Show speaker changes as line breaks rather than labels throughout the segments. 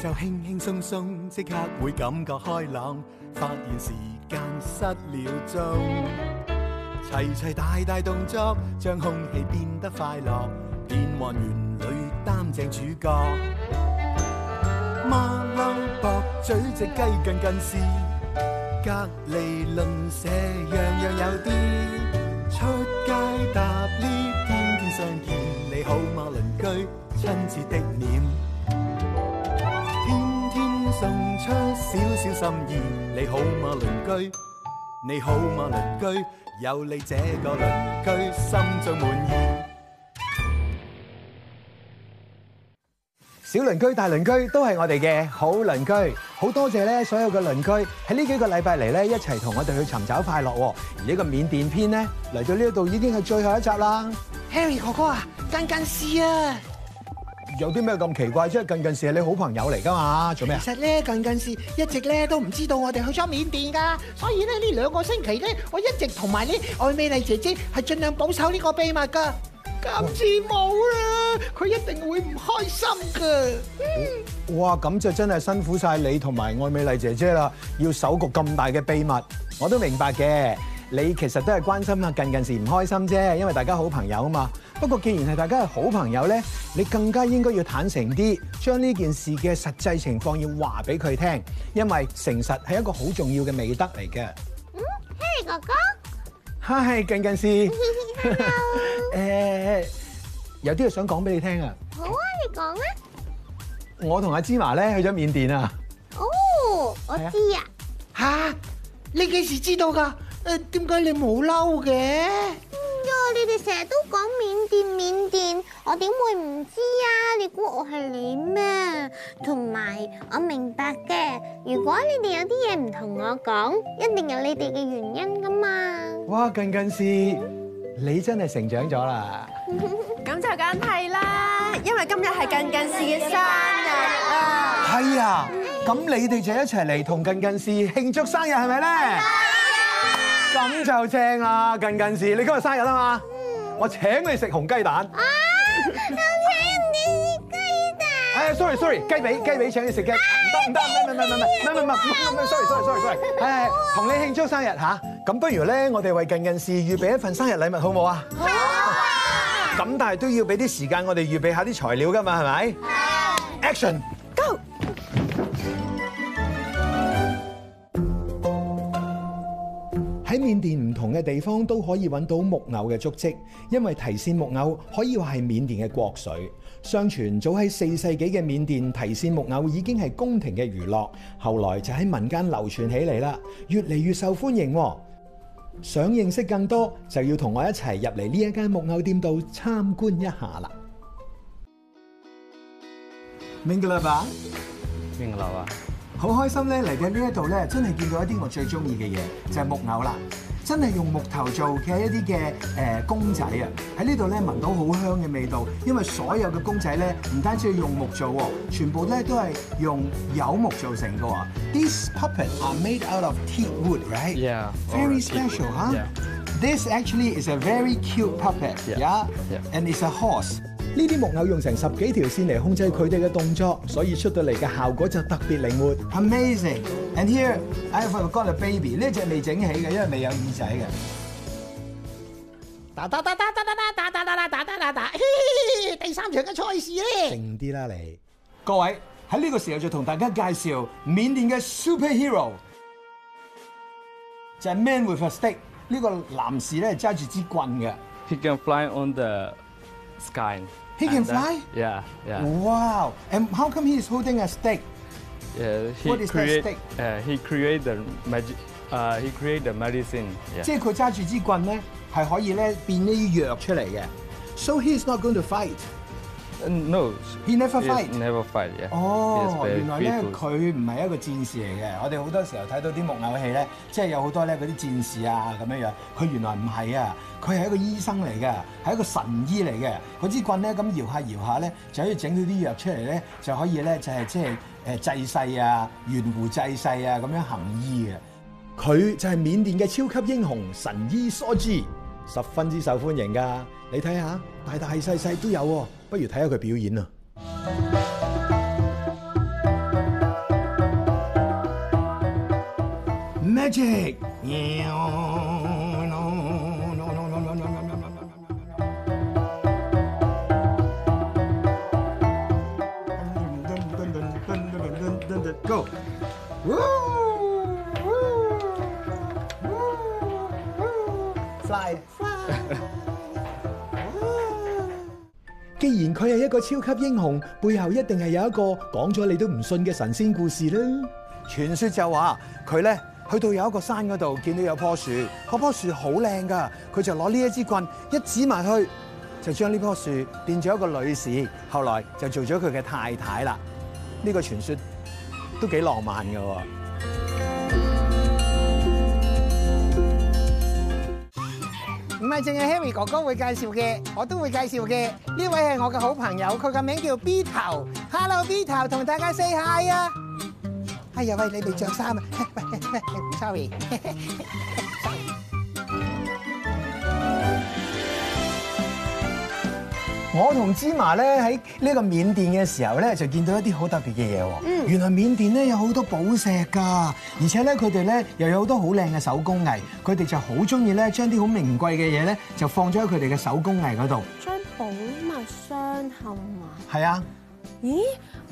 就輕輕鬆鬆，即刻會感覺開朗，發現時間失了蹤。齊齊大大動作，將空氣變得快樂，變幻園裏擔正主角。馬騮駁嘴隻雞近近視，隔離鄰舍樣樣有啲。出街搭 lift，天天相見，你好嗎鄰居？親切的臉。天天送出少少心意，你好嗎鄰居？你好嗎鄰居？有你這個鄰居，心中滿意。
小鄰居、大鄰居都係我哋嘅好鄰居，好多謝咧所有嘅鄰居喺呢幾個禮拜嚟咧一齊同我哋去尋找快樂喎。而呢個緬甸篇咧嚟到呢一度已經係最後一集啦。
Harry 哥哥啊，近近視啊！
有啲咩咁奇怪？即係近近視係你好朋友嚟㗎嘛？做咩啊？
其實咧，近近視一直咧都唔知道我哋去咗緬甸㗎，所以咧呢兩個星期咧，我一直同埋呢愛美麗姐姐係盡量保守呢個秘密㗎。今次冇啦，佢一定會唔開心㗎。
哇！咁就真係辛苦晒你同埋愛美麗姐姐啦，要守局咁大嘅秘密，我都明白嘅。你其實都係關心啊近近時唔開心啫，因為大家好朋友啊嘛。不過既然係大家係好朋友咧，你更加應該要坦誠啲，將呢件事嘅實際情況要話俾佢聽，因為誠實係一個好重要嘅美德嚟嘅。
嗯，Harry 哥哥
嗨，近近時，誒有啲嘢想講俾你聽啊！
好啊，你講啊。
我同阿芝麻咧去咗緬甸啊！
哦，我知啊。
吓？你幾時知道㗎？誒點解你冇嬲嘅？
呀！你哋成日都講緬甸緬甸，我點會唔知啊？你估我係你咩？同埋我明白嘅，如果你哋有啲嘢唔同我講，一定有你哋嘅原因㗎嘛。
哇，近近時，你真係成長咗啦！
咁就梗係啦，因為今日係近近視嘅生日啊！
係啊，咁你哋就一齊嚟同近近視慶祝生日係咪咧？咁就正啦，近近視，你今日生日啊嘛，我請你食紅雞蛋。
啊！我請你食雞蛋。
哎，sorry sorry，雞髀雞髀請你食雞，唔得唔得唔得唔得唔得唔得唔得唔得，sorry sorry sorry sorry，係同你慶祝生日嚇，咁不如咧我哋為近近視預備一份生日禮物好唔好啊？好啊！咁但係都要俾啲時間我哋預備下啲材料㗎嘛，係咪？Action！喺緬甸唔同嘅地方都可以揾到木偶嘅足跡，因為提線木偶可以話係緬甸嘅國粹。相傳早喺四世紀嘅緬甸提線木偶已經係宮廷嘅娛樂，後來就喺民間流傳起嚟啦，越嚟越受歡迎喎。想認識更多，就要同我一齊入嚟呢一間木偶店度參觀一下啦。明㗎啦吧？
邊個樓啊？
好開心咧！嚟到呢一度咧，真係見到一啲我最中意嘅嘢，就係木偶啦。真係用木頭做嘅一啲嘅誒公仔啊！喺呢度咧聞到好香嘅味道，因為所有嘅公仔咧唔單止係用木做喎，全部咧都係用柚木做成嘅喎。These puppets are made out of teak wood, right?
Yeah,
Very
or teak wood,
special, huh?
yeah.
This actually is a very cute puppet,
Yeah,
yeah?
yeah.
And it's a horse. 呢啲木偶用成十幾條線嚟控制佢哋嘅動作，所以出到嚟嘅效果就特別靈活。Amazing! And here I've got a baby，呢只未整起嘅，因為未有耳仔嘅。
打打打打打打打打打打打打打打！嘿嘿嘿第三場嘅賽事咧，
靜啲啦你。各位喺呢個時候就同大家介紹緬甸嘅 superhero，就係 Man with a Stick。呢個男士咧揸住支棍嘅。
He can fly on the sky.
He can
And, uh,
fly? Oh.
yeah, yeah.
Wow! And how come he is holding a stick?
yeah he
What is that
create-
stick?
uh, he create the magic. Uh, he create the medicine. Yeah.
即係佢揸住支棍咧，係可以咧變呢啲藥出嚟嘅。So he is not going to fight.
Uh, no.
He never
he
fight. Oh,
Never fight. Yeah. He is
哦，
very
原來咧
beautiful.
佢唔係一個戰士嚟嘅。我哋好多時候睇到啲木偶戲咧，即係有好多咧嗰啲戰士啊咁樣樣。佢原來唔係啊，佢係一個醫生嚟嘅，係一個神醫嚟嘅。嗰支棍咧咁搖下搖下咧，就可以整到啲藥出嚟咧，就可以咧就係即係誒濟世啊、懸壺濟世啊咁樣行醫嘅。佢就係緬甸嘅超級英雄神醫梭治，十分之受歡迎㗎。你睇下，大大細細都有喎，不如睇下佢表演啊！ Magic。Go。Fly。既然佢係一個超級英雄，背後一定係有一個講咗你都唔信嘅神仙故事啦。傳說就話佢咧去到有一個山嗰度，見到有棵樹，嗰棵樹好靚噶，佢就攞呢一支棍一指埋去，就將呢棵樹變咗一個女士，後來就做咗佢嘅太太啦。呢、個傳說都幾浪漫噶喎。
唔係淨係 Harry 哥哥會介紹嘅，我都會介紹嘅。呢位係我嘅好朋友，佢嘅名叫 B 頭。Hello B 頭，同大家 say hi 啊！哎呀喂，你未着衫啊 ？Sorry。
我同芝麻咧喺呢個緬甸嘅時候咧，就見到一啲好特別嘅嘢喎。原來緬甸咧有好多寶石㗎，而且咧佢哋咧又有好多好靚嘅手工藝，佢哋就好中意咧將啲好名貴嘅嘢咧就放咗喺佢哋嘅手工藝嗰度。
張寶物箱後嘛？
係啊，
咦，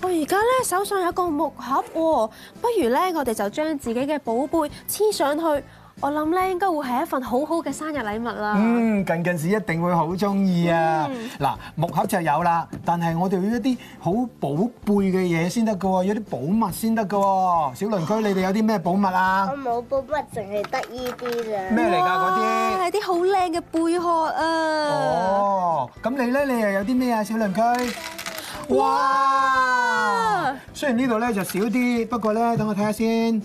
我而家咧手上有個木盒喎，不如咧我哋就將自己嘅寶貝黐上去，我諗咧應該會係一份好好嘅生日禮物啦。
嗯，近近時一定會好中意啊
啊嗯！
嗱，木盒就有啦，但係我哋要一啲好寶貝嘅嘢先得㗎喎，有啲寶物先得㗎喎。小鄰居，你哋有啲咩寶物啊？
冇寶物，淨係得依啲啦
咩嚟㗎嗰
哇
啲？
係啲好靚嘅貝殼啊！
哦，咁你咧，你又有啲咩啊，小鄰居？哇！雖然呢度咧就少啲，不過咧，等我睇下先。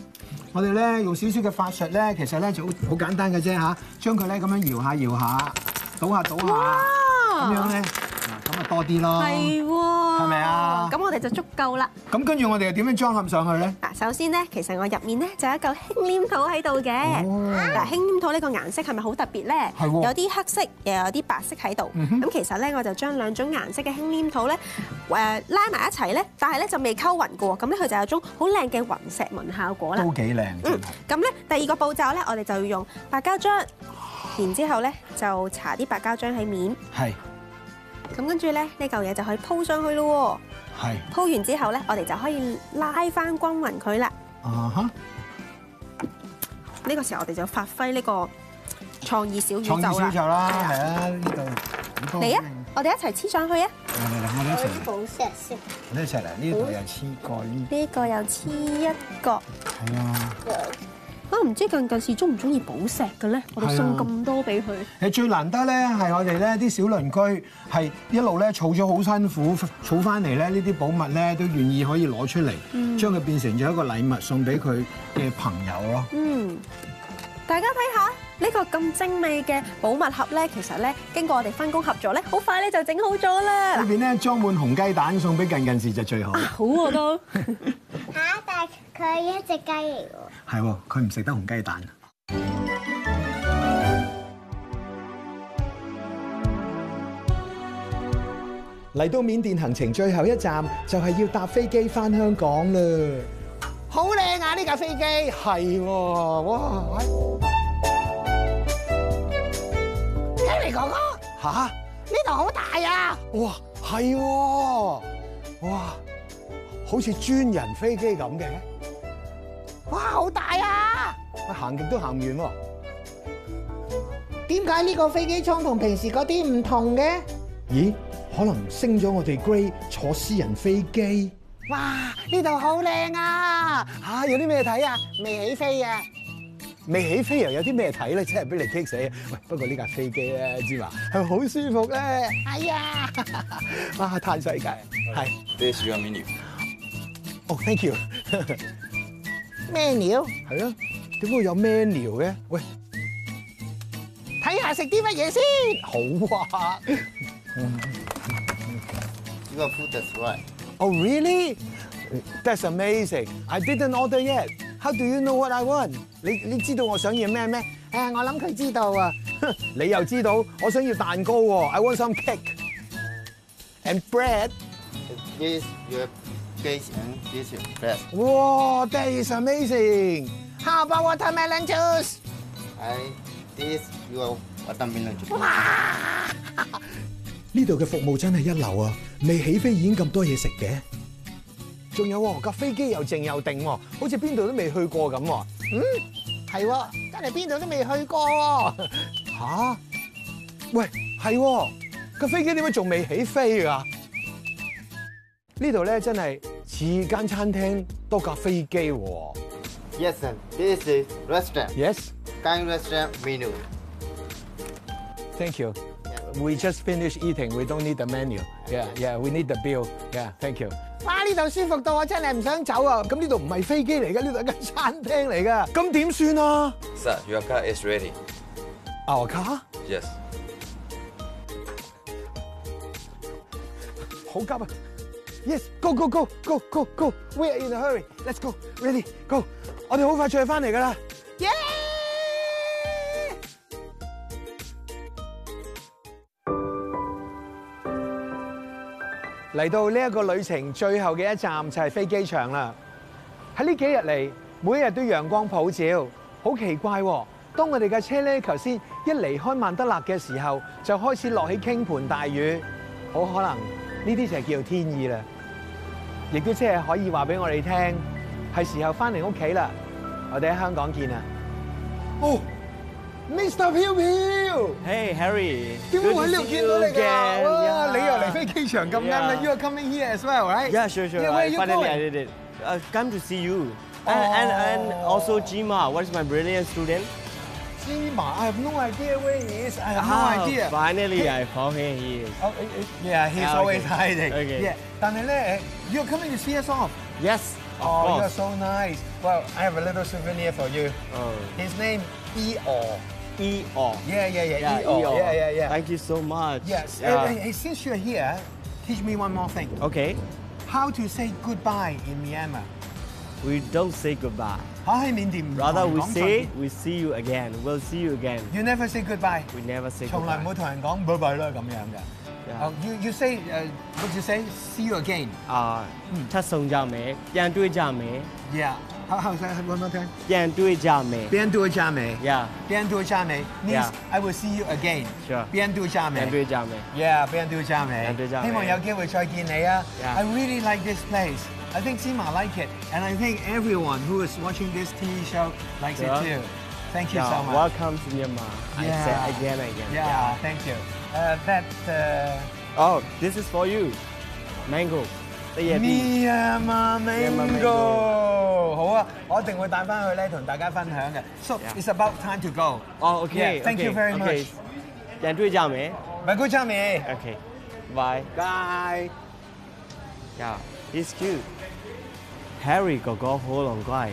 我哋咧用少少嘅法術咧，其實咧就好好簡單嘅啫吓，將佢咧咁樣搖下搖下，倒下倒下，咁樣咧，嗱咁啊多啲咯。
係喎，
係咪啊
咁我哋就足夠啦。
咁跟住我哋又點樣裝冚上去咧？
嗱，首先咧，其實我入面咧就有一嚿輕黏土喺度嘅。
哦
嗱，輕黏土呢個顏色係咪好特別咧？
係喎
有啲黑色，又有啲白色喺度。咁其實咧，我就將兩種顏色嘅輕黏土咧，誒拉埋一齊咧，但係咧就未溝勻嘅喎。咁咧佢就有種好靚嘅雲石紋效果啦
都。幾靚，真
嗯
係。，
咁咧第二個步驟咧，我哋就要用白膠漿，然之後咧就搽啲白膠漿喺面。
係
咁跟住咧，呢嚿嘢就可以鋪上去咯
係
喎。鋪完之後咧，我哋就可以拉翻均勻佢啦。
啊哈！
呢個時候我哋就發揮呢個創意小宇宙
創意小
啦。
就啦，係啊，呢度好多
嚟啊
靚！
我哋一齊黐上去啊！
嚟嚟嚟，我哋一齊。
寶石先，
我哋一齊嚟，呢度又黐過呢，
呢個又黐一個，
係啊！
我唔知近近視中唔中意寶石嘅咧，我哋送咁多俾佢。
誒最難得咧係我哋咧啲小鄰居係一路咧儲咗好辛苦，儲翻嚟咧呢啲寶物咧都願意可以攞出嚟，將佢變成咗一個禮物送俾佢嘅朋友咯。
嗯，大家睇下呢個咁精美嘅寶物盒咧，其實咧經過我哋分工合作咧，好快咧就整好咗啦
裏。邊咧裝滿紅雞蛋送俾近近時就最好，
好喎都，
嚇！但係佢係一隻雞嚟喎。
係喎，佢唔食得紅雞蛋。啊嚟到緬甸行程最後一站，就係要搭飛機翻香港啦。
好靚啊！呢架飛機係喎，哇！Harry 哥哥，
吓、
呢度好大啊！
哇，係喎、哇，好似專人飛機咁嘅，
哇，好大啊！
喂行極都行唔完喎。
點解呢個飛機艙同平時嗰啲唔同嘅？
咦，可能升咗我哋 grade 坐私人飛機？
哇！呢度好靚啊！
嚇、有啲咩睇啊？
未起飛啊！
未起飛又有啲咩睇咧？真係俾你激死！啊喂，不過呢架飛機咧，芝麻係好舒服咧。
係啊！
啊，嘆世界係。
This your menu.
哦，thank you。
咩料？
係啊，點會有 menu 嘅？喂，
睇下食啲乜嘢先。
好啊。
You got food that's right.
Oh really? That's amazing. I didn't order yet. How do you know what I want? 你你知道我想要咩咩？
誒，我諗佢知道啊。
你又知道我想要蛋糕喎。I want some cake and bread.
This your case and this your bread.
哇，that is amazing.
How about watermelon juice？
I taste your watermelon.
呢度嘅服務真係一流啊！未起飛已經咁多嘢食嘅，
仲有喎，架飛機又靜又定喎，好似邊度都未去過咁喎。
嗯係喎，真係邊度都未去 過喎。
吓？喂，係喎，架飛機點解仲未起飛㗎？呢度咧真係似間餐廳多架飛機喎。
Yes, sir. This is restaurant.
Yes，thank
Kind restaurant menu.
you。We just finished eating. We don't need the menu. Yeah, yeah. We need the bill. Yeah, thank you.
哇！呢度舒服到我真係唔想走啊！
咁呢度唔係飛機嚟嘅，呢度係間餐廳嚟㗎。咁點算啊？
Sir, your car is ready.
牛卡？
Yes.
好急啊！Yes, go go go go go go. We are in a hurry. Let's go. Ready? Go. 我哋好快就翻嚟㗎啦。
耶！
嚟到呢一個旅程最後嘅一站就係飛機場啦。喺呢幾日嚟，每日都陽光普照，好奇怪喎！當我哋嘅車呢，頭先一離開曼德勒嘅時候，就開始落起傾盆大雨，好可能呢啲就係叫天意啦。亦都即係可以話俾我哋聽，係時候翻嚟屋企啦。我哋喺香港見啦。啊哦，Mr. 飄飄。
Hey Harry，
點會喺呢度見到你㗎？哇！你又嚟
Yeah.
飛機場咁啱啦
Yeah.
，You are coming here as well, right?
Yeah, sure, sure.
Yeah, where
I,
you
finally, I
going?
did it. Uh, come to see you. And, and, and
Oh.
also Jima, what is my brilliant student?
芝麻，I have no idea where he is. I have
Ah,
no idea.
Finally, I found him here.
Oh, eh, eh, yeah, he's
Ah,
always
okay.
hiding.
Okay.
Yeah. 但係咧誒，You are coming to see us off.
Yes, of
Oh, you are
course.
so nice. Well, I have a little souvenir for you.
Oh,
His name Eeyore.
Eeyore.
Yeah, yeah, yeah.
Yeah,
Eeyore.
Eeyore.
Yeah, yeah, yeah.
Thank you so much.
Yes.
Yeah.
eh, eh, Since you're here, teach me one more thing.
Okay,
How to say goodbye in Myanmar?
we don't say goodbye.
嚇喺緬甸唔
Rather,
同
we
人講
say we see you again. We'll see you again.
You never say goodbye，
We never say
從來唔好
goodbye.
同人講拜拜啦咁樣嘅。
Yeah.
哦，you Oh, you say 誒，what you say see you
Ah,
嗯。
出送讚美，人對讚美，人對讚美。
again？Yeah，how how say one more time？邊度加美？
Yeah,
邊度加美？Means
Yeah.
I will see you again。
Sure.
邊度加美
人對讚美。
？Yeah，邊度加美
邊度加？美
希望有機會再見你啊
Yeah.
！I really like this place. I think Sima like it, and I think everyone who is watching this TV show likes it
Sure.
too. Thank you so
Yeah,
much.
welcome to Myanmar. I
Yeah.
said again, again.
Yeah, thank you. Uh, That uh,
Oh, this is for you. Mango. 呢一啲。
咩啊嘛 mango，好啊，我一定會帶翻去咧，同大家分享嘅。So
Yeah.
it's about time to go。
Oh, okay,
Yeah, thank you
okay,
very
okay.
much。
人對讚美。Okay,
唔係高章美
bye.
，bye。
Yeah, he's cute. Harry 哥哥好浪乖。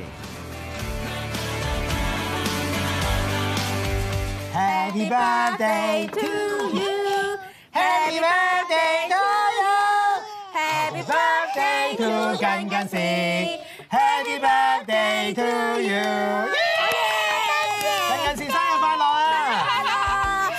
Happy birthday to you。Happy birthday to you。Happy birthday to 近近時。Happy birthday to you。近近時生日快樂 啊！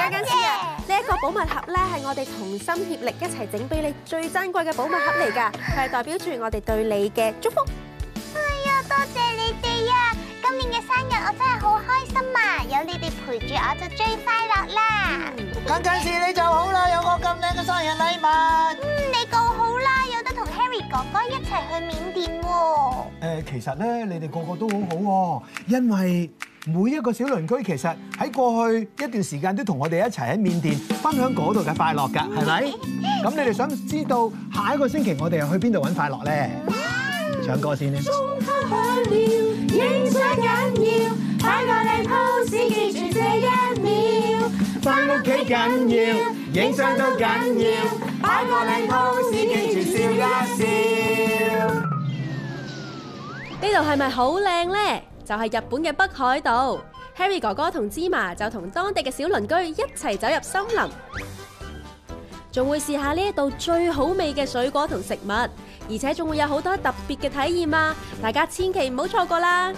近近師啊，呢一個寶物盒咧係我哋同心協力一齊整俾你最珍貴嘅寶物盒嚟㗎，佢係代表住我哋對你嘅祝福。
係啊，多謝你哋啊！今年嘅生日我真係好開心啊！有你哋陪住我就最快樂啦！
近近時你就好啦，有個咁靚嘅生日禮物。
嗯，你夠好啦，有得同 Harry 哥哥一齊去緬甸喎。
誒、其實咧，你哋個個都好好、喎，因為每一個小鄰居其實喺過去一段時間都同我哋一齊喺緬甸分享嗰度嘅快樂㗎，係咪？咁你哋想知道下一個星期我哋又去邊度揾快樂咧？唱歌先咧。翻屋企緊要，影相都緊要，擺個靚 pose 記住笑一笑。
呢度係咪好靚呢？就係、日本嘅北海道。Harry 哥哥同芝麻就同當地嘅小鄰居一齊走入森林，仲會試下呢一度最好味嘅水果同食物，而且仲會有好多特別嘅體驗啊！大家千祈唔好錯過啦！